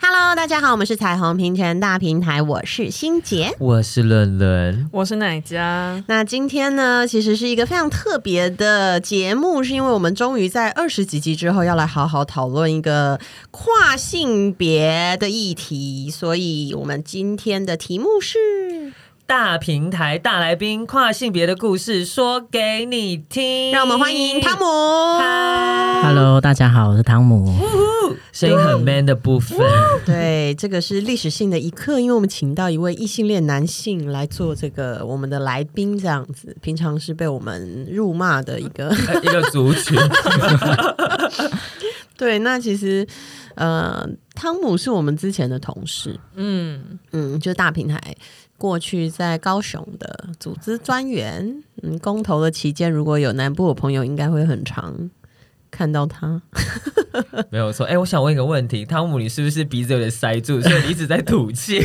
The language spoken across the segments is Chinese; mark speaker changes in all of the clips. Speaker 1: Hello，大家好，我们是彩虹平权大平台，我是欣杰。
Speaker 2: 我是伦伦，
Speaker 3: 我是奶家，
Speaker 1: 那今天呢，其实是一个非常特别的节目，是因为我们终于在二十几集之后要来好好讨论一个跨性别的议题，所以我们今天的题目是，
Speaker 2: 大平台大来宾跨性别的故事说给你听，
Speaker 1: 让我们欢迎汤姆。
Speaker 4: Hello，大家好，我是汤姆。
Speaker 2: 声音很 man 的部分，
Speaker 1: 对，这个是历史性的一刻，因为我们请到一位异性恋男性来做这个我们的来宾，这样子，平常是被我们辱骂的一 个。
Speaker 2: 一个族群。
Speaker 1: 对，那其实呃，汤姆是我们之前的同事，
Speaker 3: 嗯，
Speaker 1: 嗯，就是大平台过去在高雄的组织专员，嗯，公投的期间，如果有南部的朋友，应该会很常看到他。
Speaker 5: 没有错，哎、我想问一个问题，汤姆，你是不是鼻子有点塞住，所以你一直在吐 气？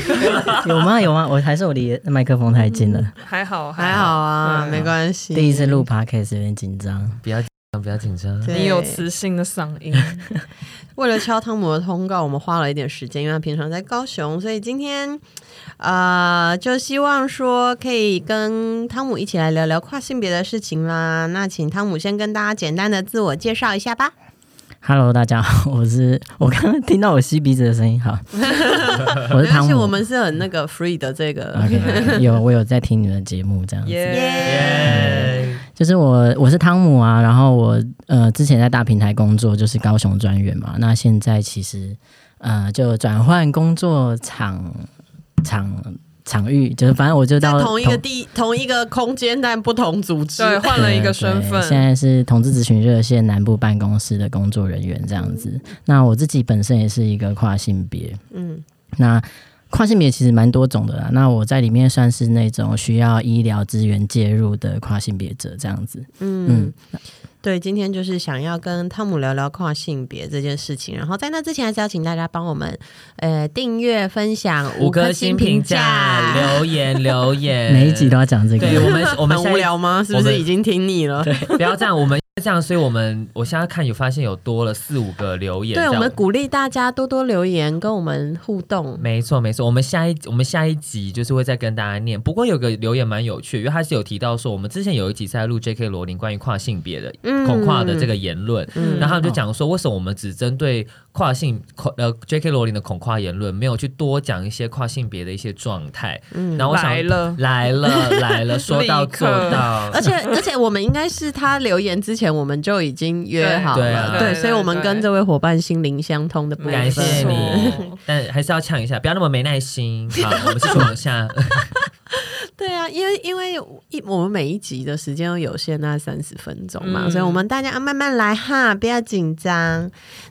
Speaker 4: 有吗？有吗？我还是我离麦克风太近
Speaker 1: 嗯
Speaker 4: 了。
Speaker 3: 还好，
Speaker 1: 还好啊，
Speaker 3: 对
Speaker 1: 没关系，
Speaker 4: 第一次录 podcast 有点紧张。
Speaker 5: 不要紧张，不要紧张。
Speaker 1: 对。
Speaker 3: 你有磁性的嗓音，
Speaker 1: 为了敲汤姆的通告，我们花了一点时间，因为他平常在高雄，所以今天，呃，就希望说可以跟汤姆一起来聊聊跨性别的事情啦。那请汤姆先跟大家简单的自我介绍一下吧。
Speaker 4: Hello，大家好，我是 我刚刚听到我吸鼻子的声 音，好，我
Speaker 1: 没
Speaker 4: 是
Speaker 1: 关
Speaker 4: 汤
Speaker 1: 系，
Speaker 4: 姆。
Speaker 1: 我们是很那
Speaker 5: 嗯
Speaker 1: 个 free 的这个
Speaker 5: 啊
Speaker 4: OK，有我有在听你们的节目，这样子。
Speaker 3: 耶！
Speaker 4: 就是我我是汤姆啊，然后我呃之前在大平台工作，就是高雄专员嘛。那现在其实呃就转换工作场场场域，就是反正我就
Speaker 1: 在
Speaker 4: 到
Speaker 1: 同一个地、同一个空间，但不同组 织。
Speaker 3: 对，换了一个身
Speaker 4: 对现
Speaker 3: 份，
Speaker 4: 在是同志咨询热线南部办公室的工作人员这样子。那我自己本身也是一个跨性别，
Speaker 1: 嗯，
Speaker 4: 那跨性别其实蛮多种的啦。那我在里面算是那种需要医疗资源介入的跨性别者这样子。
Speaker 1: 嗯，对，今天就是想要跟汤姆聊聊跨性别这件事情。然后在那之前，还是要请大家帮我们呃订阅、分享、
Speaker 5: 五颗
Speaker 1: 颗
Speaker 5: 星
Speaker 1: 评
Speaker 5: 评价，留言留言，
Speaker 4: 每一集都要讲这个。
Speaker 5: 呃对我们 我们
Speaker 1: 很
Speaker 5: 下一
Speaker 1: 无聊吗？是不
Speaker 5: 我
Speaker 1: 是
Speaker 5: 们
Speaker 1: 已经听 腻了？对，
Speaker 5: 不要这样，我们这样，所以我们我现在看有发现有多了四五个留言，这
Speaker 1: 我
Speaker 5: 样
Speaker 1: 们鼓励大家多多留言，跟我们互动。
Speaker 5: 没错，没错，我们下一我们下一集就是会再跟大家念。不过有个留言蛮有趣，因为他是有提到说，我们之前有一集在录 J.K. 罗琳关于跨性别的
Speaker 1: 嗯
Speaker 5: 恐跨的这个言论，
Speaker 1: 嗯
Speaker 5: 然后他们就讲说，为什么我们只针对跨性恐呃 J.K. 罗琳的恐跨言论，没有去多讲一些跨性别的一些状态？
Speaker 1: 嗯
Speaker 5: 然后我想
Speaker 3: 来了
Speaker 5: 来了，来了，说到
Speaker 3: 立刻
Speaker 5: 做 到
Speaker 1: 而。且而且，我们应该是他留言之前，我们就已经约好
Speaker 5: 对
Speaker 1: 了，
Speaker 5: 啊
Speaker 1: 对，
Speaker 3: 对
Speaker 1: 所以我们
Speaker 3: 对
Speaker 1: 跟这位伙伴心灵相通的部分。
Speaker 5: 感谢
Speaker 3: 没
Speaker 5: 你
Speaker 3: 错，
Speaker 5: 但还是要呛一下，不要那么没耐心。好，我 们继续往下。
Speaker 1: 对啊，因为因为一我们每一集的时间都有限，那三十分钟嘛，
Speaker 3: 嗯
Speaker 1: 所以我们大家啊慢慢来哈，不要紧张。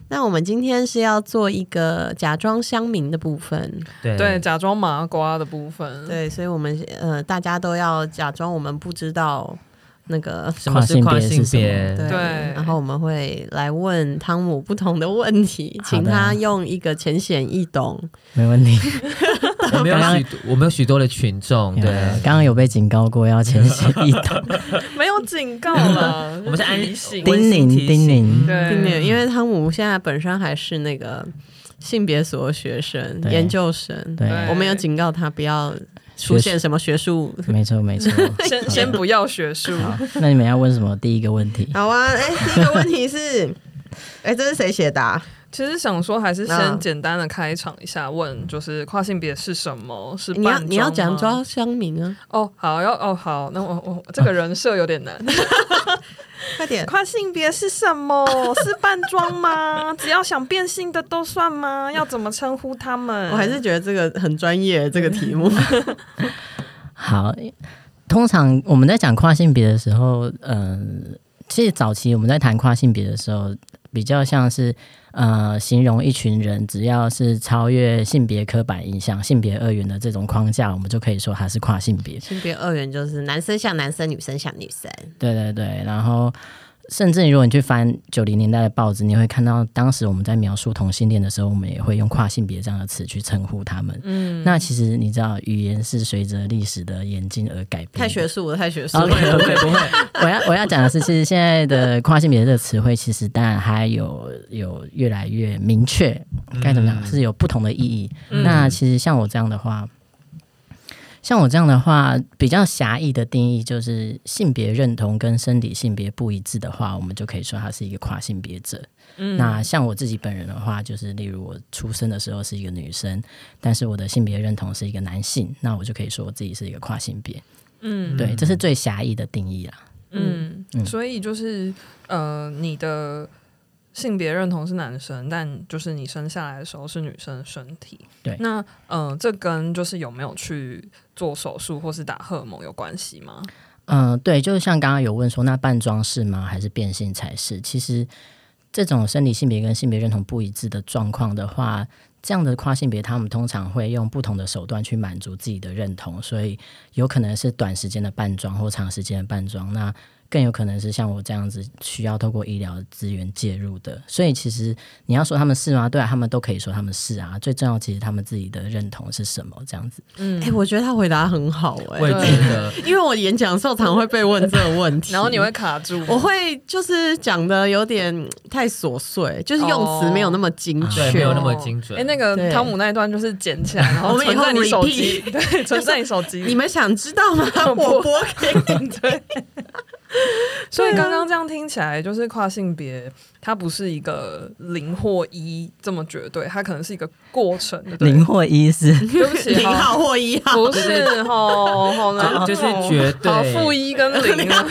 Speaker 1: 那我们今天是要做一个假装乡民的部分，
Speaker 5: 对
Speaker 3: 对，假装麻瓜的部分，，
Speaker 1: 对，所以我们呃大家都要假装我们不知道那个。
Speaker 5: 什么是跨
Speaker 4: 跨性别
Speaker 5: 性
Speaker 4: 是什么
Speaker 5: 别？
Speaker 1: 对，
Speaker 3: 对
Speaker 1: 然后我们会来问汤姆不同的问题，
Speaker 4: 好的
Speaker 1: 请他用一个浅显易懂。
Speaker 4: 没问题。
Speaker 5: 我们有许我们有许多的群众，对，
Speaker 4: 刚刚有被警告过要浅显易懂，
Speaker 3: 没有警告了，
Speaker 5: 我们是安
Speaker 3: 提醒，
Speaker 4: 叮咛
Speaker 5: 温馨提
Speaker 4: 叮
Speaker 5: 醒
Speaker 4: 咛。
Speaker 3: 对，
Speaker 1: 并没有，因为汤姆现在本身还是那个性别所学生、
Speaker 4: 对
Speaker 1: 研究生，
Speaker 4: 对，
Speaker 3: 对
Speaker 1: 我们有警告他不要出现什么学术。
Speaker 4: 没错没错。
Speaker 3: 先先不要学术，
Speaker 4: 好，那你们要问什么？第一个问题，
Speaker 1: 好啊，哎、第一个问题是， 哎、这是谁写的、啊？
Speaker 3: 其实想说还是先
Speaker 1: 嗯
Speaker 3: 简单的开场一下，问就是跨性别是什么？是
Speaker 1: 你要
Speaker 3: 扮
Speaker 1: 你要
Speaker 3: 装啊
Speaker 1: 讲
Speaker 3: 吗
Speaker 1: 庄乡民啊，
Speaker 3: 哦，好要哦好，那我我这个人设有点难。
Speaker 1: 快点！
Speaker 3: 跨性别是什么？是扮装吗？只要想变性的都算吗？要怎么称呼他们？
Speaker 1: 我还是觉得这个很专业，这个题 目。
Speaker 4: 好，通常我们在讲跨性别的时候，嗯、其实早期我们在谈跨性别的时候，比较像是呃，形容一群人只要是超越性别刻板印象、性别二元的这种框架，我们就可以说它是跨性别。嗯
Speaker 1: 性别二元就是男生像男生，女生像女生。
Speaker 4: 对对对，然后甚至如果你去翻九零年代的报纸，你会看到当时我们在描述同性恋的时候，我们也会用跨性别这样的词去称呼他们。嗯，那其实你知道，语言是随着历史的演进而改变的。
Speaker 1: 太学术了，太学术了。
Speaker 5: 不会
Speaker 4: OK
Speaker 5: 不会不会，
Speaker 4: 我要我要讲的是，其实现在的跨性别这个词汇，其实当然还有有越来越明确，该怎么讲是有不同的意义。那其实像我这样的话，像我这样的话，比较狭义的定义就是性别认同跟生理性别不一致的话，我们就可以说他是一个跨性别者。
Speaker 3: 嗯
Speaker 4: 那像我自己本人的话，就是例如我出生的时候是一个女生，但是我的性别认同是一个男性，那我就可以说我自己是一个跨性别。
Speaker 3: 嗯
Speaker 4: 对，这是最狭义的定义啦。
Speaker 3: 嗯
Speaker 4: 嗯，
Speaker 3: 所以就是呃，你的性别认同是男生，但就是你生下来的时候是女生的身体。
Speaker 4: 对
Speaker 3: 那呃，这跟就是有没有去做手术或是打荷尔蒙有关系吗？
Speaker 4: 嗯、对，就是像刚刚有问说，那扮装是吗？还是变性才是？其实这种生理性别跟性别认同不一致的状况的话，这样的跨性别，他们通常会用不同的手段去满足自己的认同，所以有可能是短时间的扮装或长时间的扮装，那更有可能是像我这样子需要透过医疗资源介入的。所以其实你要说他们是吗？对啊，他们都可以说他们是啊。最重要其实他们自己的认同是什么，这样子。
Speaker 3: 嗯
Speaker 1: 哎、我觉得他回答很好哎、
Speaker 5: 我也觉得
Speaker 1: 因为我演讲的时候常会被问这个问 题，
Speaker 3: 然后你会卡住，
Speaker 1: 我会就是讲的有点太琐碎，就是用词没有那么精确。
Speaker 5: 啊对没有那么精准
Speaker 3: 哎、那个
Speaker 1: 对
Speaker 3: 汤姆那一段就是捡起来，然后
Speaker 1: 我们以
Speaker 3: 存
Speaker 1: 后
Speaker 3: 在你手机，
Speaker 1: repeat
Speaker 3: 对，存在你手机。
Speaker 1: 你们想知道吗？
Speaker 3: 我播
Speaker 1: 我播给你。对，啊
Speaker 3: 所以刚刚这样听起来，就是跨性别，它不是一个零或一这么绝对，它可能是一个过程，对不 对
Speaker 4: 零或一是
Speaker 3: 对不 起，
Speaker 1: 零号或一号，
Speaker 3: 不是吼，好难哦，
Speaker 5: 就是绝对
Speaker 3: 好负一跟 零啊，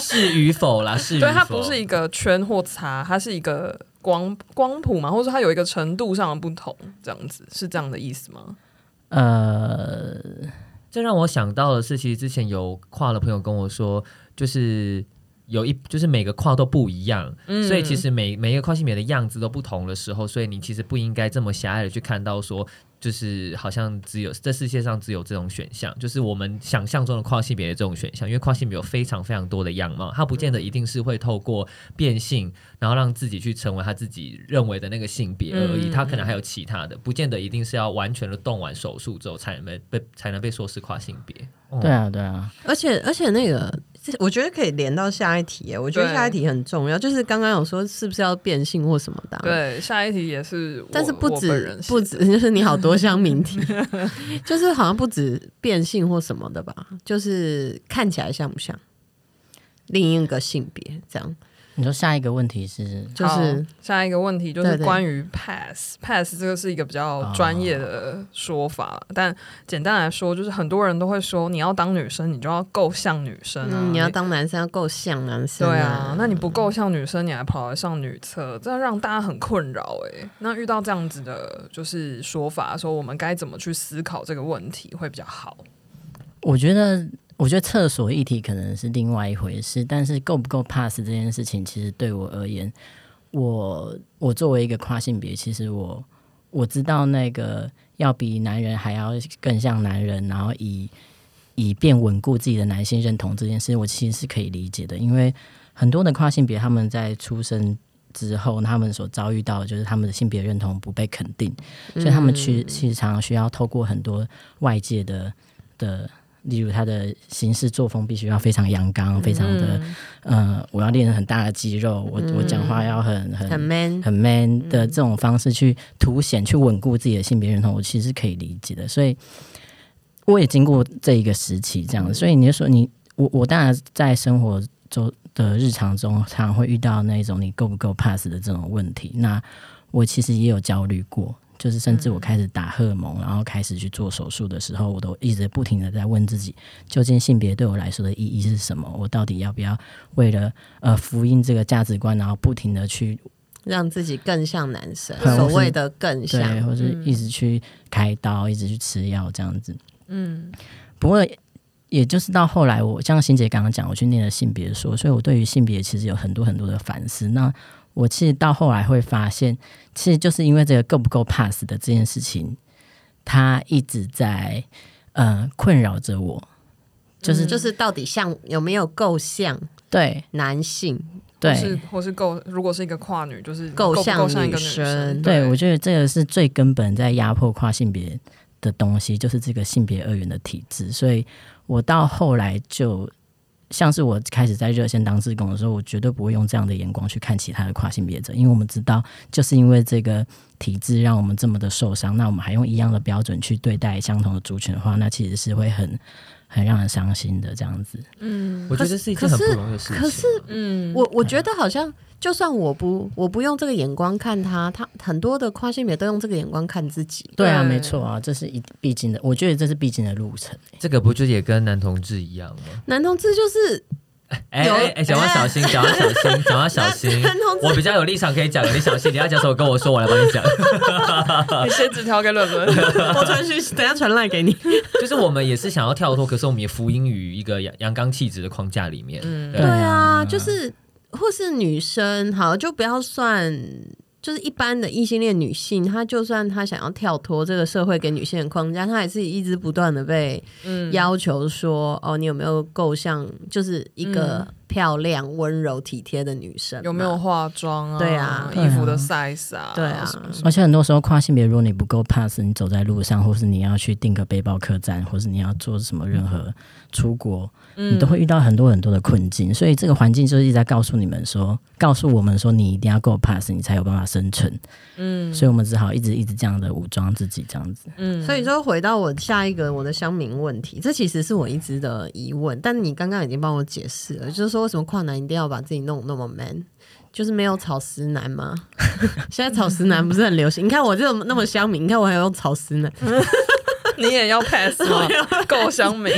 Speaker 5: 是与否啦，是与否。
Speaker 3: 对，它不是一个圈或叉，它是一个光光谱嘛，或者说它有一个程度上的不同，这样子是这样的意思吗？
Speaker 4: 呃。
Speaker 5: 这让我想到的是，其实之前有跨的朋友跟我说，就是有一就是每个跨都不一样，
Speaker 3: 嗯
Speaker 5: 所以其实每每一个跨性别的样子都不同的时候，所以你其实不应该这么狭隘的去看到说，就是好像只有这世界上只有这种选项，就是我们想象中的跨性别的这种选项，因为跨性别有非常非常多的样貌，它不见得一定是会透过变性，然后让自己去成为他自己认为的那个性别而已，
Speaker 3: 嗯
Speaker 5: 他可能还有其他的，不见得一定是要完全的动完手术之后才能被被才能被说是跨性别。哦
Speaker 4: 对啊，对啊，
Speaker 1: 而且而且那个，这我觉得可以连到下一题耶。我觉得
Speaker 3: 对
Speaker 1: 下一题很重要，就是刚刚有说是不是要变性或什么的啊、
Speaker 3: 对，下一题也是我，
Speaker 1: 但是不
Speaker 3: 我本
Speaker 1: 止
Speaker 3: 人写
Speaker 1: 不止， 就是你好多项命题， 就是好像不止变性或什么的吧，就是看起来像不像另一个性别这样，
Speaker 4: 你说下一个问题是
Speaker 1: 就
Speaker 3: 好
Speaker 1: 是嗯
Speaker 3: 下一个问题，就
Speaker 1: 对
Speaker 3: 是
Speaker 1: 对
Speaker 3: 关于 pass pass 这个是一个比较专业的说法了，但简单来说，就是很多人都会说，你要当女生，你就要够像女生啊，
Speaker 1: 嗯，你要当男生要够像男生、
Speaker 3: 对啊
Speaker 1: 啊，，
Speaker 3: 那你不够像女生，你还跑来上女厕，这让大家很困扰哎、那遇到这样子的，就是说法，说我们该怎么去思考这个问题会比较好？
Speaker 4: 我觉得，我觉得厕所议题可能是另外一回事，但是够不够 pass 这件事情，其实对我而言，我我作为一个跨性别，其实我我知道那个要比男人还要更像男人，然后以以便稳固自己的男性认同这件事，我其实是可以理解的，因为很多的跨性别他们在出生。之后，他们所遭遇到的就是他们的性别认同不被肯定，所以他们去其实常常需要透过很多外界的的例如他的行事作风必须要非常阳刚，非
Speaker 1: 嗯
Speaker 4: 常的、呃，我要练很大的肌肉，我、我讲话要很
Speaker 1: 很
Speaker 4: 很
Speaker 1: man，
Speaker 4: 很 man 的这种方式去凸显、去稳固自己的性别认同，我其实是可以理解的。所以我也经过这一个时期这样子，所以你就说你我我当然在生活中的日常中，常常会遇到那种你够不够 pass 的这种问题。那我其实也有焦虑过，就是甚至我开始打荷尔蒙，然后开始去做手术的时候，我都一直不停的在问自己，究竟性别对我来说的意义是什么？我到底要不要为了呃福音这个价值观，然后不停的去
Speaker 1: 让自己更像男生，
Speaker 4: 嗯
Speaker 1: 所谓的更
Speaker 4: 对，
Speaker 1: 像，
Speaker 4: 或是一直去开刀，一直去吃药这样子。
Speaker 3: 嗯，
Speaker 4: 不过也就是到后来我，像欣姐刚刚讲，我去念了性别说，所以我对于性别其实有很多很多的反思。那我其实到后来会发现，其实就是因为这个够不够 pass 的这件事情，它一直在呃困扰着我。
Speaker 3: 嗯
Speaker 4: 就是、
Speaker 1: 就是到底像有没有够像
Speaker 4: 对
Speaker 1: 男性？
Speaker 3: 或是
Speaker 4: 对
Speaker 3: 或是够，如果是一个跨女，就是
Speaker 1: 够
Speaker 3: 够
Speaker 1: 像
Speaker 3: 够像一个
Speaker 1: 女生
Speaker 3: 生。
Speaker 4: 对，我觉得这个是最根本在压迫跨性别的东西，就是这个性别二元的体制。所以我到后来就像是我开始在热线当志工的时候，我绝对不会用这样的眼光去看其他的跨性别者，因为我们知道，就是因为这个体制让我们这么的受伤，那我们还用一样的标准去对待相同的族群的话，那其实是会很很让人伤心的这样子。
Speaker 3: 嗯
Speaker 5: 我觉得是一件很不容易的事情啊。
Speaker 1: 可是
Speaker 3: 嗯，
Speaker 1: 我我觉得好像，就算我不我不用这个眼光看他，他很多的跨性别都用这个眼光看自己。
Speaker 4: 对啊，
Speaker 3: 对
Speaker 4: 没错啊，这是一必经的，我觉得这是必经的路程。
Speaker 5: 这个不就也跟男同志一样吗？
Speaker 1: 男同志就是
Speaker 5: 哎
Speaker 1: 有
Speaker 5: 哎哎，讲话小心，讲话小心， 讲话小心
Speaker 1: 男同。志
Speaker 5: 我比较有立场可以讲，你小心，你要讲什么跟我说，我来帮你讲。
Speaker 3: 你写纸条给伦 伦，
Speaker 1: 我传讯息，等一下传来给你。
Speaker 5: 就是我们也是想要跳脱，可是我们也福音于一个阳阳刚气质的框架里面。嗯，
Speaker 1: 对
Speaker 5: 对。
Speaker 1: 啊，就是或是女生，好就不要算。就是一般的异性恋女性，她就算她想要跳脱这个社会给女性的框架，她也是一直不断的被
Speaker 3: 嗯，
Speaker 1: 要求说，哦，你有没有够像就是一个漂亮、温柔、体贴的女生？
Speaker 3: 有没有？化妆啊？
Speaker 1: 对啊
Speaker 3: 衣服的 size 啊？
Speaker 1: 对啊
Speaker 3: 什么什么
Speaker 4: 而且很多时候跨性别，如果你不够 pass，你走在路上，或是你要去订个背包客栈，或是你要做什么任何出国，
Speaker 3: 嗯
Speaker 4: 你都会遇到很多很多的困境。所以这个环境就是一直在告诉你们说，告诉我们说，你一定要够 pass，你才有办法生存。
Speaker 3: 嗯
Speaker 4: 所以我们只好一直一直这样的武装自己，这样子。
Speaker 3: 嗯，
Speaker 1: 所以说，回到我下一个我的乡民问题，这其实是我一直的疑问，但你刚刚已经帮我解释了，就是说为什么跨男一定要把自己弄得那么 man，就是没有草食男吗？ 现在草食男不是很流行？你看我这种那么乡民，你看我还有草食男，
Speaker 3: 你也要 pass 吗？够香美，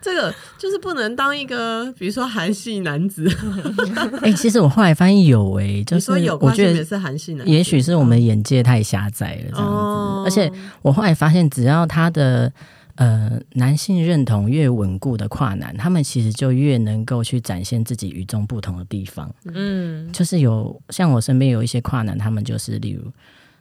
Speaker 1: 这个就是不能当一个比如说韩系男子，
Speaker 4: 哎、其实我后来发现有哎、 就
Speaker 1: 你
Speaker 4: 是
Speaker 1: 说有
Speaker 4: 我
Speaker 1: 跨
Speaker 4: 觉
Speaker 1: 性
Speaker 4: 得
Speaker 1: 别是韩系男子，
Speaker 4: 也许是我们眼界太狭窄了，这样子。
Speaker 1: 哦
Speaker 4: 而且我后来发现，只要他的呃男性认同越稳固的跨男，他们其实就越能够去展现自己与众不同的地方。
Speaker 3: 嗯
Speaker 4: 就是有像我身边有一些跨男，他们就是例如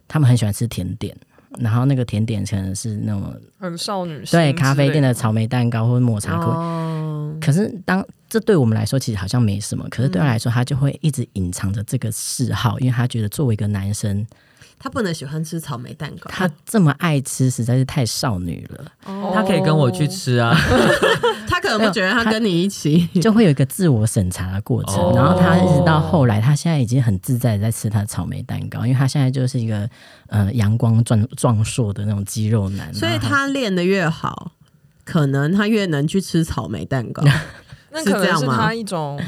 Speaker 4: 他们很喜欢吃甜点。然后那个甜点可能是那种
Speaker 3: 很少女心
Speaker 4: 对咖啡店
Speaker 3: 之类
Speaker 4: 的草莓蛋糕或者抹茶口味，
Speaker 1: 哦，
Speaker 4: 可是当这对我们来说其实好像没什么，可是对他来说，他就会一直隐藏着这个嗜好，因为他觉得作为一个男生，
Speaker 1: 他不能喜欢吃草莓蛋糕，
Speaker 4: 他这么爱吃实在是太少女 了，
Speaker 3: 哦
Speaker 5: 他可以跟我去吃啊，
Speaker 1: 他可能不觉得他跟你一起。
Speaker 4: 就会有一个自我审查的过程。
Speaker 5: 哦
Speaker 4: 然后他一直到后来，他现在已经很自在的在吃他的草莓蛋糕，因为他现在就是一个呃阳光壮壮硕的那种肌肉男，
Speaker 1: 嗯
Speaker 4: 啊
Speaker 1: 所以
Speaker 4: 然后
Speaker 1: 他练得越好，可能他越能去吃草莓 蛋糕。
Speaker 3: 那
Speaker 1: 是
Speaker 3: 可
Speaker 1: 这
Speaker 3: 能
Speaker 1: 样
Speaker 3: 是
Speaker 1: 吗
Speaker 3: 他一种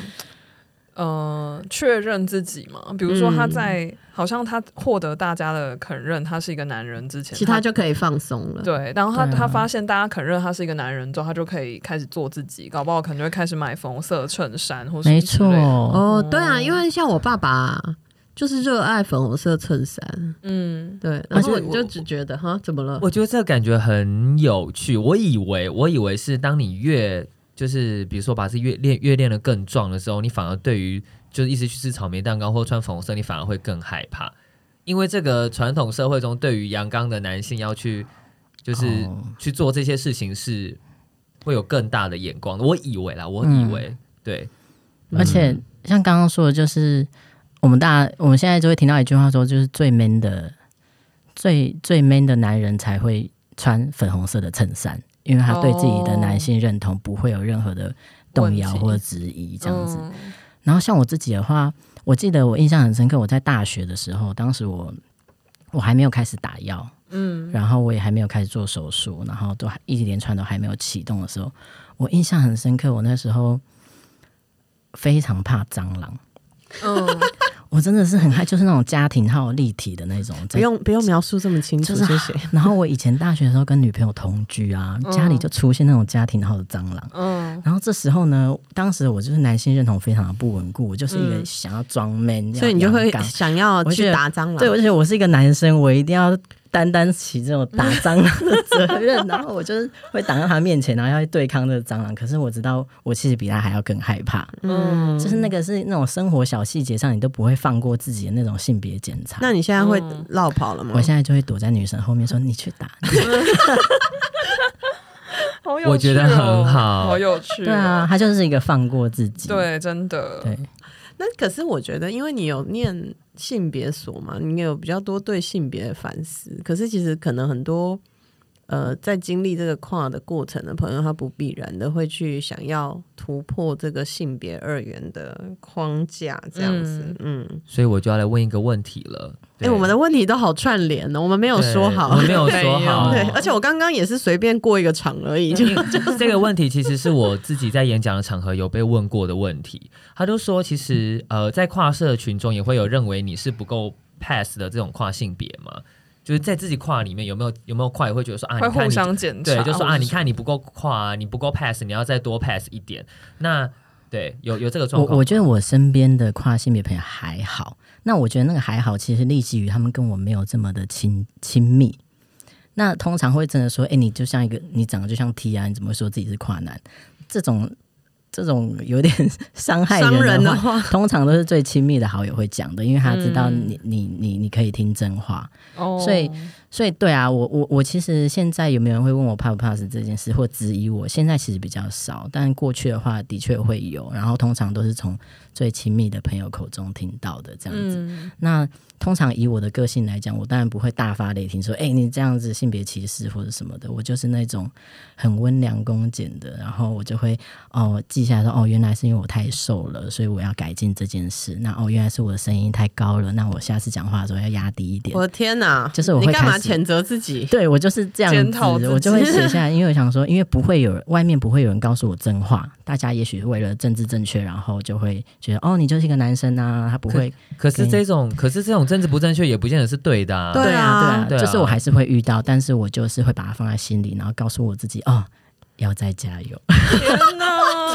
Speaker 3: 呃确认自己嘛，比如
Speaker 1: 嗯
Speaker 3: 说他在、好像他获得大家的肯认，他是一个男人之前，
Speaker 1: 其他就可以放松了。
Speaker 3: 对，然后他、
Speaker 4: 对啊
Speaker 3: 他发现大家肯认他是一个男人之后，他就可以开始做自己，搞不好可能就会开始买粉色衬衫或什么
Speaker 4: 没
Speaker 3: 之类的
Speaker 4: 错，
Speaker 1: 哦，对啊，因为像我爸爸就是热爱粉红色衬衫，
Speaker 3: 嗯
Speaker 1: 对，
Speaker 5: 而
Speaker 1: 然
Speaker 5: 且
Speaker 1: 后
Speaker 5: 我
Speaker 1: 你就只觉得哈，怎么了？
Speaker 5: 我觉得这个感觉很有趣。我以为，我以为是当你越就是比如说把自己越练越练得更壮的时候，你反而对于就是一直去吃草莓蛋糕或穿粉红色，你反而会更害怕，因为这个传统社会中对于阳刚的男性要去就是
Speaker 4: 哦
Speaker 5: 去做这些事情是会有更大的眼光的。我以为啦，我以为、对，
Speaker 4: 而且
Speaker 1: 嗯
Speaker 4: 像刚刚说的，就是我们大家我们现在就会听到一句话说，就是最 man 的、最最 man 的男人才会穿粉红色的衬衫，因为他对自
Speaker 1: 哦
Speaker 4: 己的男性认同不会有任何的动摇
Speaker 3: 问题
Speaker 4: 或者质疑这样子。
Speaker 3: 嗯
Speaker 4: 然后像我自己的话，我记得我印象很深刻，我在大学的时候，当时我我还没有开始打药，嗯，然后我也还没有开始做手术，然后都还一连串都还没有启动的时候，我印象很深刻，我那时候非常怕蟑螂。
Speaker 1: 哦
Speaker 3: 嗯，
Speaker 4: 我真的是很害，就是那种家庭号立体的那种，
Speaker 1: 不用不用描述这么清楚，
Speaker 4: 就是
Speaker 1: 谢谢。
Speaker 4: 然后我以前大学的时候跟女朋友同居啊，
Speaker 1: 嗯
Speaker 4: 家里就出现那种家庭号的蟑螂。
Speaker 3: 嗯
Speaker 4: 然后这时候呢，当时我就是男性认同非常的不稳固，我就是一个想要装 man，、
Speaker 1: 嗯所以 你就会
Speaker 4: 要阳
Speaker 1: 想 要
Speaker 4: 我觉
Speaker 1: 去
Speaker 4: 得
Speaker 1: 打蟑螂，
Speaker 4: 刚对，而且我是一个男生，我一定要担当起这种打蟑螂 的责任。然后我就是会挡到他面前，然后要去对抗这个蟑螂。可是我知道，我其实比他还要更害怕，
Speaker 3: 嗯，
Speaker 4: 就是那个是那种生活小细节上你都不会放过自己的那种性别检查。
Speaker 1: 那你现在会
Speaker 3: 嗯
Speaker 1: 绕跑了吗
Speaker 4: 我？现在就会躲在女生后面说：“你去打。
Speaker 3: 好有趣、哦，
Speaker 5: 我觉得很好
Speaker 3: 好有趣、哦
Speaker 4: 对啊，，他就是一个放过自己。
Speaker 3: 对，真的，
Speaker 4: 对，
Speaker 1: 那可是我觉得，因为你有念性别所嘛，你有比较多对性别的反思。可是其实可能很多呃，在经历这个跨的过程的朋友，他不必然的会去想要突破这个性别二元的框架，这样子。嗯，
Speaker 5: 所以我就要来问一个问题了。
Speaker 1: 哎、
Speaker 5: 对
Speaker 1: 我们的问题都好串联哦，我们没有说
Speaker 5: 对我
Speaker 1: 好
Speaker 5: 们。没有说好，
Speaker 1: 对，而且我刚刚也是随便过一个场而已，就
Speaker 5: 这个问题其实是我自己在演讲的场合有被问过的问题。他就说，其实呃，在跨社群中也会有认为你是不够 pass 的这种跨性别嘛，就是在自己跨里面有没有有没有跨，也会觉得说啊，
Speaker 3: 会
Speaker 5: 你看
Speaker 3: 互
Speaker 5: 你
Speaker 3: 相检查，
Speaker 5: 对，就说啊，
Speaker 3: 或者
Speaker 5: 你
Speaker 3: 是
Speaker 5: 看你不够跨，啊你不够 pass，你要再多 pass 一点。那对，有有这个状
Speaker 4: 我
Speaker 5: 况吗，
Speaker 4: 我觉得我身边的跨性别朋友还好，那我觉得那个还好，其实立基于他们跟我没有这么的亲亲密。那通常会真的说，哎、你就像一个，你长得就像 T 啊，你怎么会说自己是跨男？这种这种有点伤害
Speaker 1: 伤人哦
Speaker 4: 人
Speaker 1: 的
Speaker 4: 的话，
Speaker 1: 话，
Speaker 4: 通常都是最亲密的好友会讲的，因为他知道
Speaker 3: 嗯
Speaker 4: 你、你你你可以听真话。
Speaker 3: 哦，
Speaker 4: 所以所以对啊，我我我其实现在有没有人会问我怕不怕死这件事，或质疑我？现在其实比较少，但过去的话的确会有，然后通常都是从最亲密的朋友口中听到的这样子。
Speaker 3: 嗯，
Speaker 4: 那通常以我的个性来讲，我当然不会大发雷霆说，哎、你这样子性别歧视或者什么的，我就是那种很温良恭俭的，然后我就会哦记下来说，哦，原来是因为我太瘦了，所以我要改进这件事。那哦，原来是我的声音太高了，那我下次讲话的时候要压低一点
Speaker 1: 我。的天哪！
Speaker 4: 就是我
Speaker 1: 你
Speaker 4: 会
Speaker 1: 干嘛
Speaker 4: 开始
Speaker 1: 谴责自己？
Speaker 4: 对我就是这样
Speaker 3: 检讨自
Speaker 4: 子，
Speaker 3: 己
Speaker 4: 我就会写下来，因为我想说，因为不会有人外面不会有人告诉我真话，大家也许为了政治正确，然后就会觉得哦，你就是一个男生啊，他不会，
Speaker 5: 可是
Speaker 4: 给
Speaker 5: 这种，可是这种政治不正确也不见得是对的、啊。
Speaker 1: 对
Speaker 4: 对啊，
Speaker 5: 对啊
Speaker 4: 就是我还是会遇到，但是我就是会把它放在心里，然后告诉我自己哦，要再加油。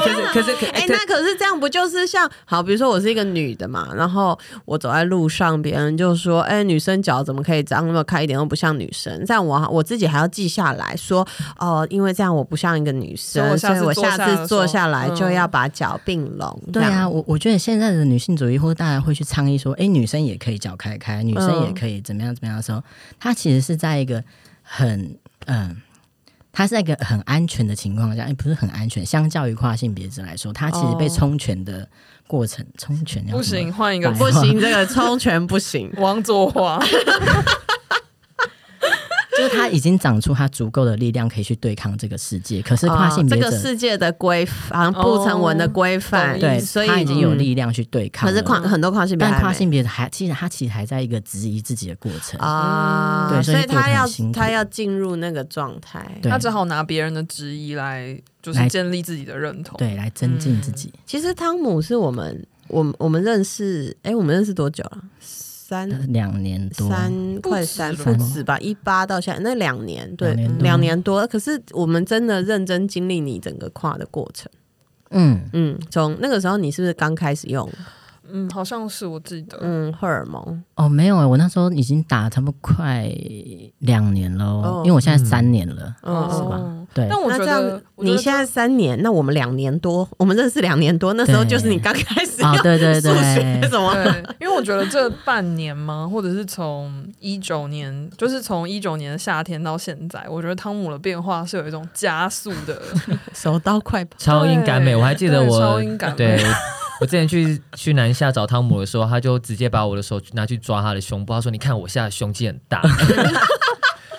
Speaker 3: 天哪，
Speaker 5: 可是可是可
Speaker 1: 哎、那可是这样不就是像好，比如说我是一个女的嘛，然后我走在路上，别人就说：“哎、女生脚怎么可以长那么开，一点都不像女生。”这样我我自己还要记下来说：“哦、因为这样我不像一个女
Speaker 3: 所以我
Speaker 1: 生，
Speaker 3: 下
Speaker 1: 所
Speaker 3: 次
Speaker 1: 以我下
Speaker 3: 坐下的
Speaker 1: 次坐下来
Speaker 3: 时候
Speaker 1: 就
Speaker 3: 嗯
Speaker 1: 要把脚并拢。这
Speaker 4: 对
Speaker 1: 样
Speaker 4: 啊，，我我觉得现在的女性主义，或者大家会去倡议说，哎，女生也可以脚开开，女生
Speaker 1: 嗯
Speaker 4: 也可以怎么样怎么样的时候，她其实是在一个很嗯。她是在一个很安全的情况下，哎，不是很安全。相较于跨性别者来说，她其实被
Speaker 1: 哦
Speaker 4: 充权的过程，充权要
Speaker 3: 不
Speaker 4: 怎么
Speaker 3: 行，换一个。
Speaker 4: 白
Speaker 1: 不行，这个充拳不行
Speaker 3: 王左华，
Speaker 4: 就是她已经长出她足够的力量，可以去对 抗这个世界。可是跨性
Speaker 1: 哦
Speaker 4: 别者，
Speaker 1: 这个世界的规好像不成文的规范，
Speaker 3: 哦
Speaker 4: 对，
Speaker 1: 所以
Speaker 4: 她已经有
Speaker 1: 嗯
Speaker 4: 力量去对抗
Speaker 1: 可
Speaker 4: 了。
Speaker 1: 是跨很多跨性别还没，
Speaker 4: 但跨性别者还其实她其实还在一个质疑自己的过程。
Speaker 1: 啊，
Speaker 4: 对
Speaker 1: 所
Speaker 4: 所以
Speaker 1: 以
Speaker 4: 过得
Speaker 1: 他
Speaker 4: 很
Speaker 1: 要
Speaker 4: 辛苦
Speaker 1: 他要进入那个状态。
Speaker 4: 对
Speaker 3: 他只好拿别人的质疑来，就是
Speaker 4: 来
Speaker 3: 建立自己的认同。
Speaker 4: 对，来增进自己。
Speaker 1: 其实汤姆是我们，我们我们认识，哎、我们认识多久了？三
Speaker 4: 两年多，
Speaker 1: 三
Speaker 3: 不
Speaker 1: 快
Speaker 3: 止
Speaker 1: 三不
Speaker 4: 了
Speaker 1: 止吧，一八到现在那两年，对，
Speaker 4: 两年
Speaker 1: 嗯
Speaker 4: 多
Speaker 1: 两年多。可是我们真的认真经历你整个跨的过程，
Speaker 4: 嗯，
Speaker 1: 嗯，从那个时候你是不是刚开始用
Speaker 3: 嗯，好像是我记得，
Speaker 1: 嗯荷尔蒙？
Speaker 4: 哦，没有欸我那时候已经打差不多快两年了哦
Speaker 1: 哦，
Speaker 4: 因为我现在三年了，
Speaker 1: 嗯，
Speaker 4: 是吧
Speaker 3: 哦
Speaker 4: 对
Speaker 3: 但我
Speaker 1: 那
Speaker 3: 觉
Speaker 1: 这样
Speaker 3: 得，我觉
Speaker 1: 你
Speaker 3: 得
Speaker 1: 现在三年，那我们两年多，我们认识两年多，那时候
Speaker 4: 对
Speaker 1: 就是你刚开始
Speaker 4: 啊
Speaker 1: 要，
Speaker 4: 对对
Speaker 1: 数学
Speaker 4: 对，
Speaker 1: 什么？
Speaker 3: 对，因为我觉得这半年嘛，或者是从一九年，就是从一九年的夏天到现在，我觉得汤姆的变化是有一种加速的。
Speaker 1: 手刀快跑，
Speaker 5: 超音感美，
Speaker 3: 对
Speaker 5: 我还记得
Speaker 3: 对
Speaker 5: 我
Speaker 3: 超音感 美
Speaker 5: 对我我之前去去南下找汤姆的时候，他就直接把我的手拿去抓他的胸部，他说：“你看我现在胸肌很大，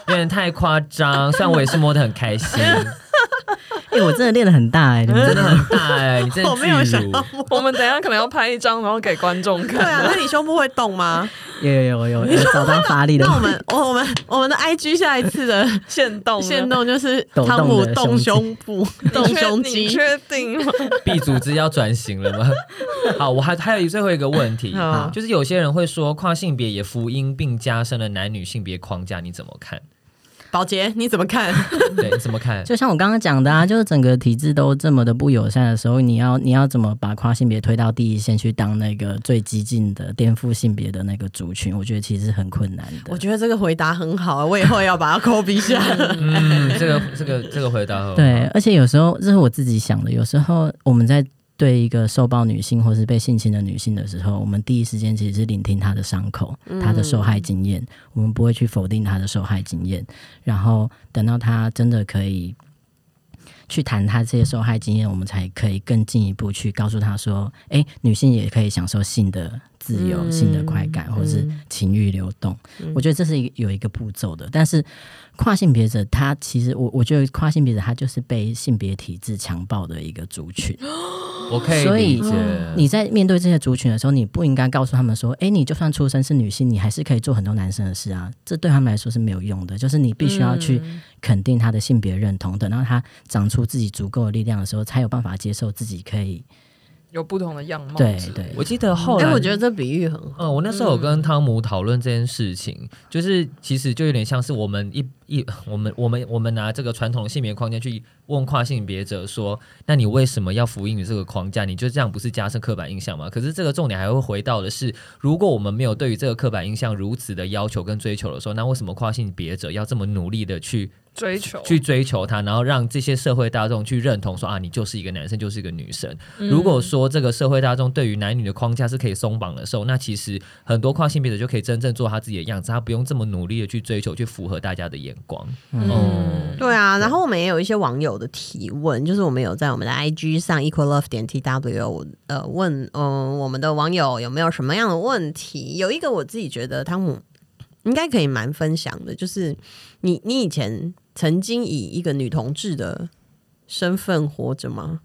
Speaker 5: 有点太夸张。”虽然我也是摸得很开心，
Speaker 4: 哎，我真的练得很大哎，你 们
Speaker 5: 真的很大哎、你真的
Speaker 1: 我没有
Speaker 5: 巨
Speaker 1: 想
Speaker 5: 乳
Speaker 1: 到
Speaker 3: 我们等一下可能要拍一张，然后给观众
Speaker 1: 对
Speaker 3: 看。
Speaker 1: 啊，那你胸部会动吗？
Speaker 4: 有有有有有找到发力的
Speaker 1: 那我们我我们我们的 IG 下一次的
Speaker 3: 现动呢
Speaker 1: 限动就是
Speaker 4: 抖
Speaker 1: 汤
Speaker 4: 动
Speaker 1: 姆
Speaker 4: 的
Speaker 1: 动胸
Speaker 4: 胸
Speaker 1: 部、动
Speaker 3: 你确
Speaker 1: 胸
Speaker 3: 你
Speaker 1: 肌。
Speaker 3: 确定吗？
Speaker 5: B 组织要转型了吗？ 好，我还还有最后一个问题，
Speaker 1: 好
Speaker 5: 就是有些人会说跨性别也福音并加深了男女性别框架，你怎么看？
Speaker 1: 宝洁你怎么看？
Speaker 5: 对，你怎么看？
Speaker 4: 就像我刚刚讲的啊，就是整个体制都这么的不友善的时候，你要你要怎么把跨性别推到第一线去当那个最激进的颠覆性别的那个族群？我觉得其实很困难的。
Speaker 1: 我觉得这个回答很好、啊我以后要把它抠鼻下。
Speaker 5: 嗯，这个这个这个回答很哦好
Speaker 4: 对，而且有时候这是我自己想的，有时候我们在对一个受暴女性或是被性侵的女性的时候，我们第一时间其实是聆听她的伤口、她的受害经验，我们不会去否定她的受害经验，然后等到她真的可以。去谈他这些受害经验，我们才可以更进一步去告诉他说，哎、女性也可以享受性的自由、
Speaker 1: 嗯
Speaker 4: 性的快感，或是
Speaker 1: 嗯
Speaker 4: 情欲流动。我觉得这是一个有一个步骤的，但是跨性别者他其实我我觉得跨性别者他就是被性别体制强暴的一个族群。
Speaker 1: 嗯
Speaker 5: 我可以
Speaker 4: 所以
Speaker 5: 理解。
Speaker 4: 你在面对这些族群的时候，你不应该告诉他们说：“哎，你就算出生是女性，你还是可以做很多男生的事啊。”这对他们来说是没有用的，就是你 必须要去肯定他的性别认同，等到他长出自己足够的力量的时候，才有办法接受自己可以。
Speaker 3: 有不同的样貌之类
Speaker 4: 对
Speaker 3: 的。
Speaker 4: 对，
Speaker 5: 我记得后
Speaker 1: 哎、
Speaker 5: 来，
Speaker 1: 我觉得这比喻很好。
Speaker 5: 嗯，我那时候有跟汤姆讨论这件事情，就是其实就有点像是我们一一我们我们我们拿这个传统的性别框架去问跨性别者说，那你为什么要服膺于这个框架？你就这样不是加深刻板印象吗？可是这个重点还会回到的是，如果我们没有对于这个刻板印象如此的要求跟追求的时候，那为什么跨性别者要这么努力的去
Speaker 3: 追求
Speaker 5: 去追求它，然后让这些社会大众去认同说啊，你就是一个男生，就是一个女生。如
Speaker 3: 嗯
Speaker 5: 果说这个社会大众对于男女的框架是可以松绑的时候，那其实很多跨性别者就可以真正做他自己的样子，他不用这么努力的去追求，去符合大家的眼光。
Speaker 4: 哦
Speaker 5: 嗯，
Speaker 1: 对啊，然后我们也有一些网友的提问，就是我们有在我们的 IG 上 equal love 点 tw 呃问嗯、呃我们的网友有没有什么样的问题？有一个我自己觉得汤姆应该可以蛮分享的，就是你你以前曾经以一个女同志的身份活着吗？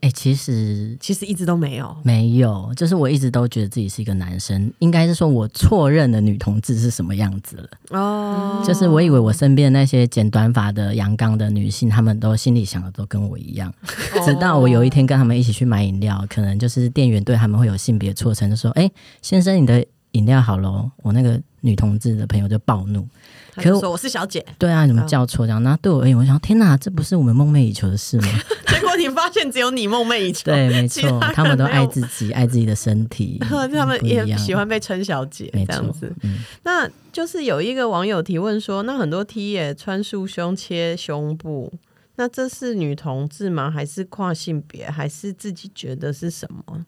Speaker 4: 哎，其实
Speaker 1: 其实一直都没有。
Speaker 4: 没有，就是我一直都觉得自己是一个男生，应该是说我错认的女同志是什么样子了。
Speaker 1: 哦，
Speaker 4: 就是我以为我身边那些剪短发的阳刚的女性，她们都心里想的都跟我一样，直到我有一天跟她们一起去买饮料，可能就是店员对她们会有性别错称，就说：“哎、先生，你的饮料好喽。”我那个女同志的朋友就暴怒，
Speaker 1: 他
Speaker 4: 可
Speaker 1: 就
Speaker 4: 我
Speaker 1: 说我是小姐，
Speaker 4: 对啊，你怎么
Speaker 1: 嗯
Speaker 4: 叫错这样？然后对我而言，我想，天哪，这不是我们梦寐以求的事 吗？
Speaker 1: 结果你发现只有你梦寐以求，
Speaker 4: 对，没
Speaker 1: 其他
Speaker 4: 错
Speaker 1: 人，
Speaker 4: 他们都
Speaker 1: 没有，
Speaker 4: 爱自己，爱自己的身体
Speaker 1: 他们
Speaker 4: 不一
Speaker 1: 也
Speaker 4: 样
Speaker 1: 喜欢被称小姐
Speaker 4: 没
Speaker 1: 这
Speaker 4: 错
Speaker 1: 样子。，
Speaker 4: 嗯，
Speaker 1: 那就是有一个网友提问说，那很多 T 也穿束胸切胸部，那这是女同志吗？还是跨性别？还是自己觉得是什么？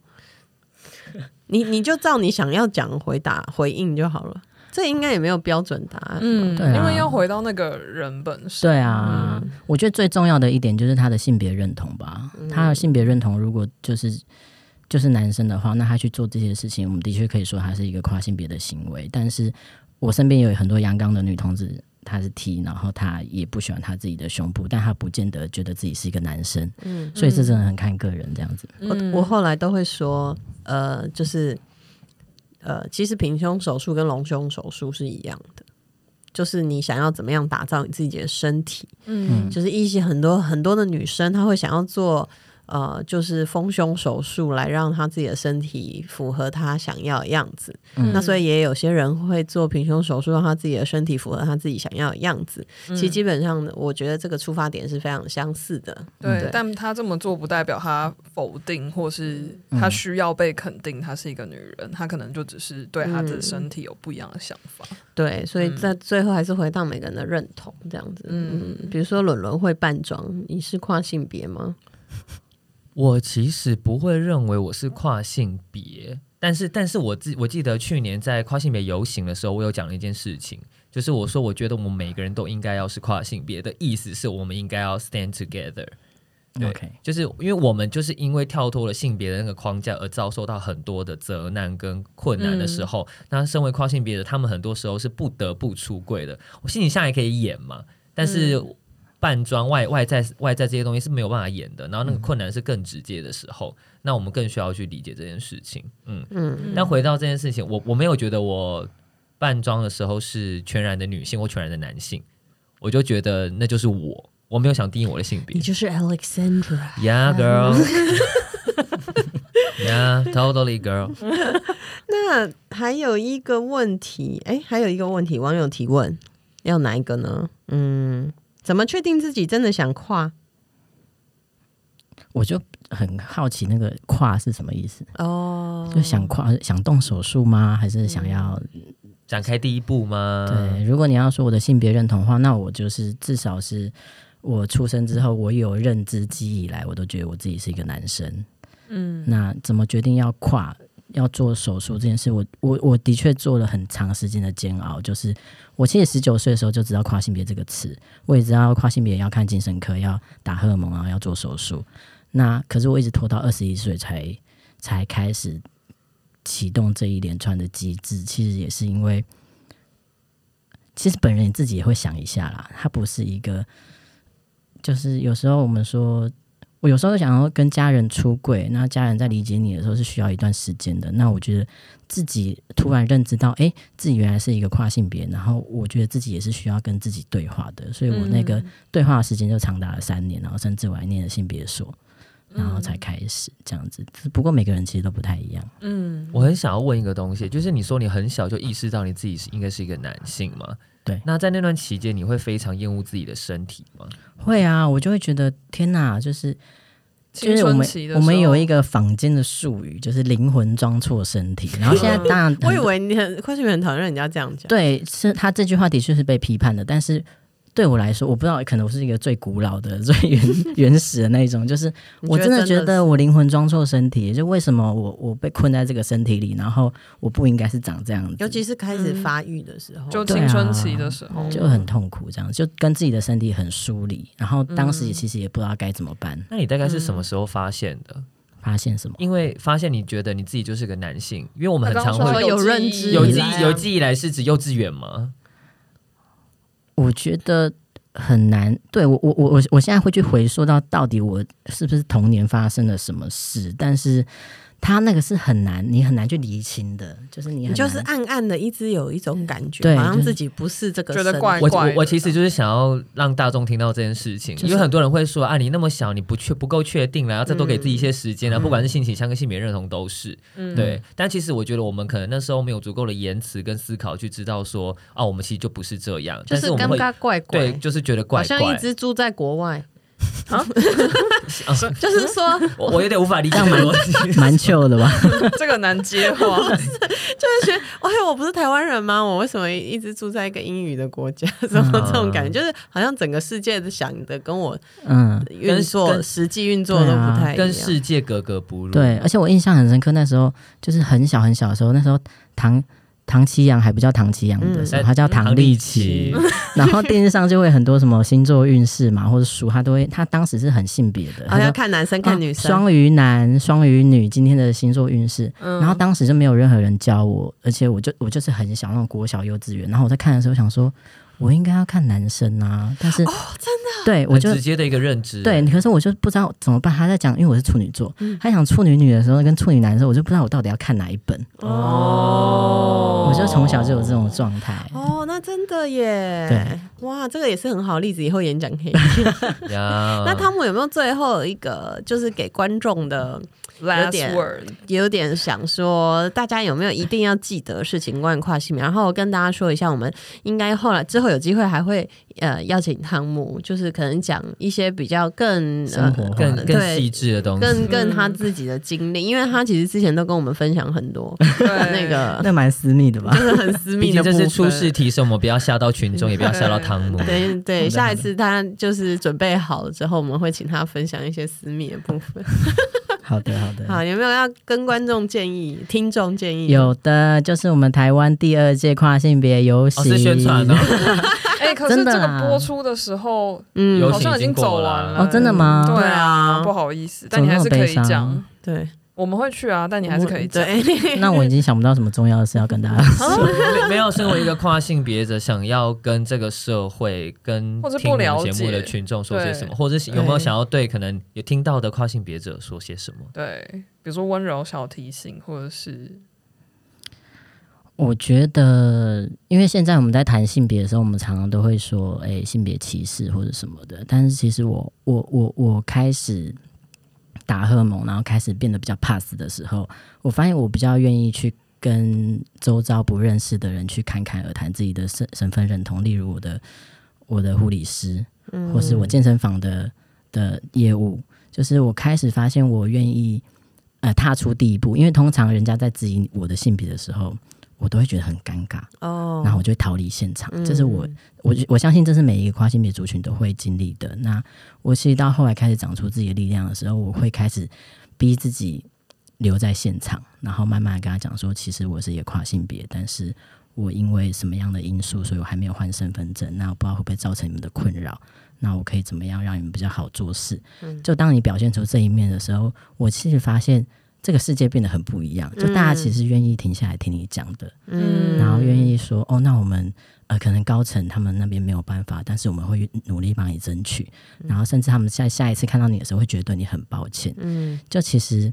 Speaker 1: 你你就照你想要讲回答回应就好了，这应该也没有标准答案。
Speaker 3: 嗯，
Speaker 4: 对啊
Speaker 3: 因为要回到那个人本身。
Speaker 4: 对啊，我觉得最重要的一点就是他的性别认同吧。
Speaker 1: 嗯
Speaker 4: 他的性别认同如果就是就是男生的话，那他去做这些事情，我们的确可以说他是一个跨性别的行为。但是我身边有很多阳刚的女同志，她是 T，然后她也不喜欢她自己的胸部，但她不见得觉得自己是一个男生。
Speaker 1: 嗯
Speaker 4: 所以这真的很看个人这样子。
Speaker 1: 我我后来都会说，呃，就是呃，其实平胸手术跟隆胸手术是一样的，就是你想要怎么样打造你自己的身体，
Speaker 3: 嗯
Speaker 1: 就是一些很多很多的女生，她会想要做呃，就是丰胸手术来让她自己的身体符合她想要的样子。
Speaker 4: 嗯
Speaker 1: 那所以也有些人会做平胸手术，让她自己的身体符合她自己想要的样子。其实基本上，我觉得这个出发点是非常相似的。
Speaker 3: 对
Speaker 4: 嗯
Speaker 1: 对，
Speaker 3: 但他这么做不代表他否定，或是他
Speaker 4: 嗯
Speaker 3: 需要被肯定，他是一个女人，他可能就只是对他的身体有不一样的想法。
Speaker 1: 对，所以在最后还是回到每个人的认同这样子。嗯，比如说伦伦会扮装，你是跨性别吗？
Speaker 5: 我其实不会认为我是跨性别，但是但是我记我记得去年在跨性别游行的时候，我有讲了一件事情，就是我说我觉得我们每个人都应该要是跨性别的意思是我们应该要 stand together。对
Speaker 4: OK，
Speaker 5: 就是因为我们就是因为跳脱了性别的那个框架而遭受到很多的责难跟困难的时候，那身为跨性别的他们很多时候是不得不出柜的。我心里下也可以演嘛，但是扮装外外在外在这些东西是没有办法演的。然后那个困难是更直接的时候，那我们更需要去理解这件事情。嗯，
Speaker 1: 嗯，
Speaker 5: 但回到这件事情，我我没有觉得我扮装的时候是全然的女性或全然的男性，我就觉得那就是我，我没有想定义我的性别
Speaker 1: 你。就是 Alexandra。
Speaker 5: Yeah, girl. yeah, totally, girl.
Speaker 1: 那还有一个问题，哎，还有一个问题，网友提问，要哪一个呢？嗯，怎么确定自己真的想跨？
Speaker 4: 我就很好奇那个跨是什么意思？
Speaker 1: 哦
Speaker 4: 就想跨想动手术吗？还是想要
Speaker 5: 展开第一步吗？
Speaker 4: 对，如果你要说我的性别认同的话，那我就是至少是我出生之后，我有认知记忆以来，我都觉得我自己是一个男生。嗯，那怎么决定要跨？要做手术这件事，我我我的确做了很长时间的煎熬。就是我其实十九岁的时候就知道跨性别这个词，我也知道跨性别要看精神科，要打荷尔蒙啊，要做手术。那可是我一直拖到二十一岁才才开始启动这一连串的机制，其实也是因为，其实本人自己也会想一下啦，它不是一个，就是有时候我们说，我有时候想要跟家人出柜，那家人在理解你的时候是需要一段时间的。那我觉得自己突然认知到，诶，自己原来是一个跨性别，然后我觉得自己也是需要跟自己对话的，所以我那
Speaker 3: 嗯
Speaker 4: 个对话的时间就长达了三年，然后甚至我还念了性别所。然后才开始这样子，不过每个人其实都不太一样。
Speaker 3: 嗯，
Speaker 5: 我很想要问一个东西，就是你说你很小就意识到你自己是应该是一个男性嘛？
Speaker 4: 对
Speaker 5: 那在那段期间，你会非常厌恶自己的身体吗？
Speaker 4: 会啊，我就会觉得天哪，就是就
Speaker 3: 青
Speaker 4: 是我
Speaker 3: 春
Speaker 4: 们
Speaker 3: 期的
Speaker 4: 我们有一
Speaker 3: 个，
Speaker 4: 个坊间的术语，就是灵魂装错身体。然后现在当然
Speaker 1: 我
Speaker 4: 很
Speaker 1: 以
Speaker 4: 多
Speaker 1: 为你很跨性别很讨厌人家这样讲，
Speaker 4: 对，是他这句话的确是被批判的，但是对我来说，我不知道，可能我是一个最古老的、 最原原始的那一种，就是
Speaker 1: 你
Speaker 4: 我真的觉
Speaker 1: 是
Speaker 4: 得我灵魂装错身体，就为什么我我被困在这个身体里，然后我不应该是长这样子，
Speaker 1: 尤其是开始发育的时候，
Speaker 3: 就
Speaker 4: 对
Speaker 3: 青春
Speaker 4: 啊
Speaker 3: 期的时候，
Speaker 4: 就很痛苦，这样就跟自己的身体很疏离，然后当时也其实也不知道该怎么办，
Speaker 5: 那你大概是什么时候发现的？
Speaker 4: 嗯发现什么。
Speaker 5: 因为发现你觉得你自己就是个男性，因为我们很常
Speaker 3: 他刚
Speaker 5: 会
Speaker 3: 说
Speaker 1: 有认
Speaker 3: 记
Speaker 1: 知
Speaker 3: 忆
Speaker 5: 有
Speaker 1: 以
Speaker 5: 记
Speaker 1: 来啊
Speaker 5: 忆有记忆来是指幼稚园吗？
Speaker 4: 我觉得很难。对我，我，我，我，我现在会去回溯到到底我是不是童年发生了什么事，但是他那个是很难，你很难去厘清的，就是你
Speaker 1: 你
Speaker 4: 很
Speaker 1: 就
Speaker 4: 难
Speaker 1: 是啊暗暗的一直有一种感觉，
Speaker 4: 对
Speaker 1: 好像
Speaker 4: 就是
Speaker 1: 自己不是这个
Speaker 3: 觉得
Speaker 1: 身
Speaker 3: 怪
Speaker 5: 我
Speaker 3: 怪
Speaker 5: 我
Speaker 3: 的
Speaker 5: 我其实就是想要让大众听到这件事情，
Speaker 4: 就是
Speaker 5: 因为很多人会说啊，你那么小，你不确不够确定了，要再多给自己一些时间啊，
Speaker 4: 嗯
Speaker 5: 不管是性倾向跟性别认同都是、
Speaker 3: 嗯
Speaker 5: 对。但其实我觉得我们可能那时候没有足够的言辞跟思考去知道说啊，我们其实就不是这样，
Speaker 1: 就
Speaker 5: 但
Speaker 1: 是
Speaker 5: 我
Speaker 1: 尴
Speaker 5: 们会
Speaker 1: 尬怪
Speaker 5: 对，
Speaker 1: 怪，
Speaker 5: 就是觉得
Speaker 1: 好
Speaker 5: 怪
Speaker 1: 像一
Speaker 5: 怪。
Speaker 1: 直住在国外，
Speaker 3: 啊
Speaker 5: 啊
Speaker 1: 就是说
Speaker 5: 我我有点无法理 解这个逻辑。
Speaker 4: 蛮糗的吧？
Speaker 3: 这个难接话，
Speaker 1: 就是觉得，哎，我不是台湾人吗？我为什么一直住在一个英语的国家？什么这种感
Speaker 5: 嗯
Speaker 1: 觉，就是好像整个世界的想的跟我
Speaker 4: 嗯，
Speaker 1: 运作、
Speaker 5: 跟啊
Speaker 1: 实际运作都不太一样。
Speaker 5: 跟世界格格不入。
Speaker 4: 对。而且我印象很深刻，那时候就是很小很小的时候，那时候唐唐奇阳还不叫唐奇阳的时候，
Speaker 5: 嗯
Speaker 4: 他叫唐立
Speaker 5: 奇
Speaker 4: 奇。然后电视上就会很多什么星座运势嘛，或者书，他都会，他当时是很性别的，他
Speaker 1: 好像
Speaker 4: 说
Speaker 1: 看男哦生看
Speaker 4: 啊
Speaker 1: 女生，
Speaker 4: 双鱼男、双鱼女今天的星座运势，
Speaker 3: 嗯
Speaker 4: 然后当时就没有任何人教我，而且我就我就是很小那种国小幼稚园，然后我在看的时候想说，我应该要看男生啊，但是哦，真的，对 我
Speaker 5: 很
Speaker 4: 就
Speaker 5: 直接的一个认知。
Speaker 4: 对，可是我就不知道怎么办。他在讲，因为我是处女座，他讲处女女的时候跟处女男的时候，我就不知道我到底要看哪一本，
Speaker 5: 哦
Speaker 4: 我就从小就有这种状态。
Speaker 1: 哦，那真的耶！哇，这个也是很好例子，以后演讲可以。
Speaker 5: 呃呀。
Speaker 1: 那汤姆有没有最后一个，就是给观众的，
Speaker 3: last
Speaker 1: 点
Speaker 3: word，
Speaker 1: 有点想说，大家有没有一定要记得的事情 关于跨性别？然后我跟大家说一下，我们应该后来之后有机会还会呃邀请汤姆，就是可能讲一些比较更
Speaker 4: 生活化
Speaker 5: 更
Speaker 4: 的
Speaker 5: 更
Speaker 1: 对
Speaker 5: 细致的东西，
Speaker 1: 更更他自己的经历，因为他其实之前都跟我们分享很多
Speaker 3: 对
Speaker 1: 那个
Speaker 4: 那蛮私密的吧
Speaker 1: 就？是很私
Speaker 5: 毕
Speaker 1: 密
Speaker 5: 竟
Speaker 1: 的
Speaker 5: 这
Speaker 1: 部分。
Speaker 5: 是初试题，所以我们不要吓到群 众，也不要吓到汤姆。
Speaker 1: 对对，下一次他就是准备好了之后，我们会请他分享一些私密的部分。
Speaker 4: 好的，好的。
Speaker 1: 好，有没有要跟观众建议、听众建议？
Speaker 4: 有的就是我们台湾第二届跨性别游行，
Speaker 5: 哦，是宣传哦，
Speaker 3: 哎，可是
Speaker 4: 真的
Speaker 3: 这个
Speaker 4: 啦
Speaker 3: 播出的时候
Speaker 1: 嗯
Speaker 5: 游
Speaker 3: 好
Speaker 5: 行
Speaker 3: 像
Speaker 5: 已
Speaker 3: 经
Speaker 5: 经
Speaker 3: 走
Speaker 5: 过
Speaker 3: 完
Speaker 5: 了
Speaker 3: 了，
Speaker 4: 哦真的吗
Speaker 3: 对啊，
Speaker 1: 对啊
Speaker 3: 不好意思，但你
Speaker 4: 怎
Speaker 3: 还
Speaker 4: 么
Speaker 3: 是
Speaker 4: 那么
Speaker 3: 可
Speaker 4: 悲
Speaker 3: 以
Speaker 4: 伤
Speaker 3: 讲，
Speaker 1: 对，嗯
Speaker 3: 我们会去啊，但你还是可以讲，
Speaker 1: 对，
Speaker 4: 那我已经想不到什么重要的事要跟大家说。
Speaker 5: 没没有身为一个跨性别者，想要跟这个社会、跟
Speaker 3: 或者
Speaker 5: 听
Speaker 3: 不
Speaker 5: 我
Speaker 3: 了
Speaker 5: 们
Speaker 3: 解
Speaker 5: 节目的群众说些什么，
Speaker 3: 对
Speaker 5: 或者是有没有
Speaker 1: 对
Speaker 5: 想要对可能有听到的跨性别者说些什么？
Speaker 3: 对，比如说温柔小提醒，或者是
Speaker 4: 我觉得，因为现在我们在谈性别的时候，我们常常都会说，哎、性别歧视或者什么的。但是其实我，我，我，我开始打荷尔蒙，然后开始变得比较 pass 的时候，我发现我比较愿意去跟周遭不认识的人去侃侃而谈自己的身身份认同，例如我的我的护理师，
Speaker 1: 嗯
Speaker 4: 或是我健身房的的业务，就是我开始发现我愿意呃踏出第一步，因为通常人家在质疑我的性别的时候，我都会觉得很尴尬，
Speaker 1: 哦
Speaker 4: 然后我就会逃离现场。
Speaker 1: 嗯
Speaker 4: 这是我我我相信这是每一个跨性别族群都会经历的。那我其实到后来开始长出自己的力量的时候，我会开始逼自己留在现场，然后慢慢地跟他讲说，其实我是一个跨性别，但是我因为什么样的因素，所以我还没有换身份证，那我不知道会不会造成你们的困扰。那我可以怎么样让你们比较好做事？就当你表现出这一面的时候，我其实发现这个世界变得很不一样。就大家其实愿意停下来听你讲的，
Speaker 1: 嗯
Speaker 4: 然后愿意说哦，那我们呃可能高层他们那边没有办法，但是我们会努力帮你争取。然后甚至他们下下一次看到你的时候，会觉得对你很抱歉。
Speaker 1: 嗯
Speaker 4: 就其实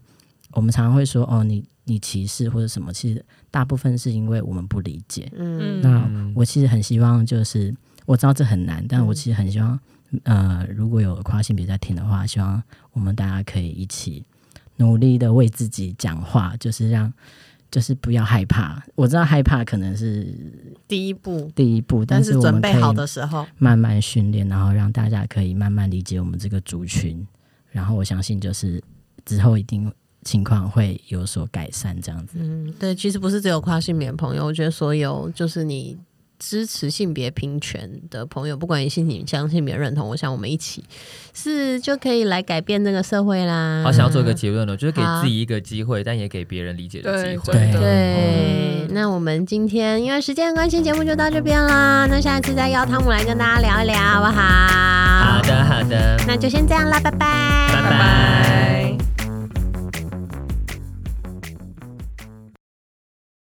Speaker 4: 我们常常会说哦，你你歧视或者什么，其实大部分是因为我们不理解。
Speaker 1: 嗯
Speaker 3: 嗯
Speaker 1: 嗯
Speaker 4: 那我其实很希望，就是我知道这很难，但我其实很希望，呃，如果有跨性别在听的话，希望我们大家可以一起努力的为自己讲话，就是让，就是不要害怕。我知道害怕可能是
Speaker 1: 第一步，
Speaker 4: 第一步，
Speaker 1: 但
Speaker 4: 是
Speaker 1: 是
Speaker 4: 我
Speaker 1: 准
Speaker 4: 们
Speaker 1: 备
Speaker 4: 可以
Speaker 1: 好的时候，
Speaker 4: 慢慢训练，然后让大家可以慢慢理解我们这个族群，然后我相信就是之后一定情况会有所改善，这样子。
Speaker 1: 嗯，对，其实不是只有跨性别朋友，我觉得所有就是你支持性别平权的朋友，不管你性倾向、性别认同，我想我们一起是就可以来改变这个社会啦。
Speaker 5: 好想要做一个结论了，哦就是给
Speaker 1: 好
Speaker 5: 自己一个机会，但也给别人理解的机
Speaker 3: 嗯对
Speaker 5: 会。
Speaker 4: 对
Speaker 3: 真的
Speaker 1: 对，那我们今天因为时间的关系，节目就到这边啦。那下一次再邀汤姆来跟大家聊一聊，好不好？
Speaker 5: 好的，好的，
Speaker 1: 那就先这样啦，拜拜，
Speaker 5: 拜
Speaker 3: 拜拜。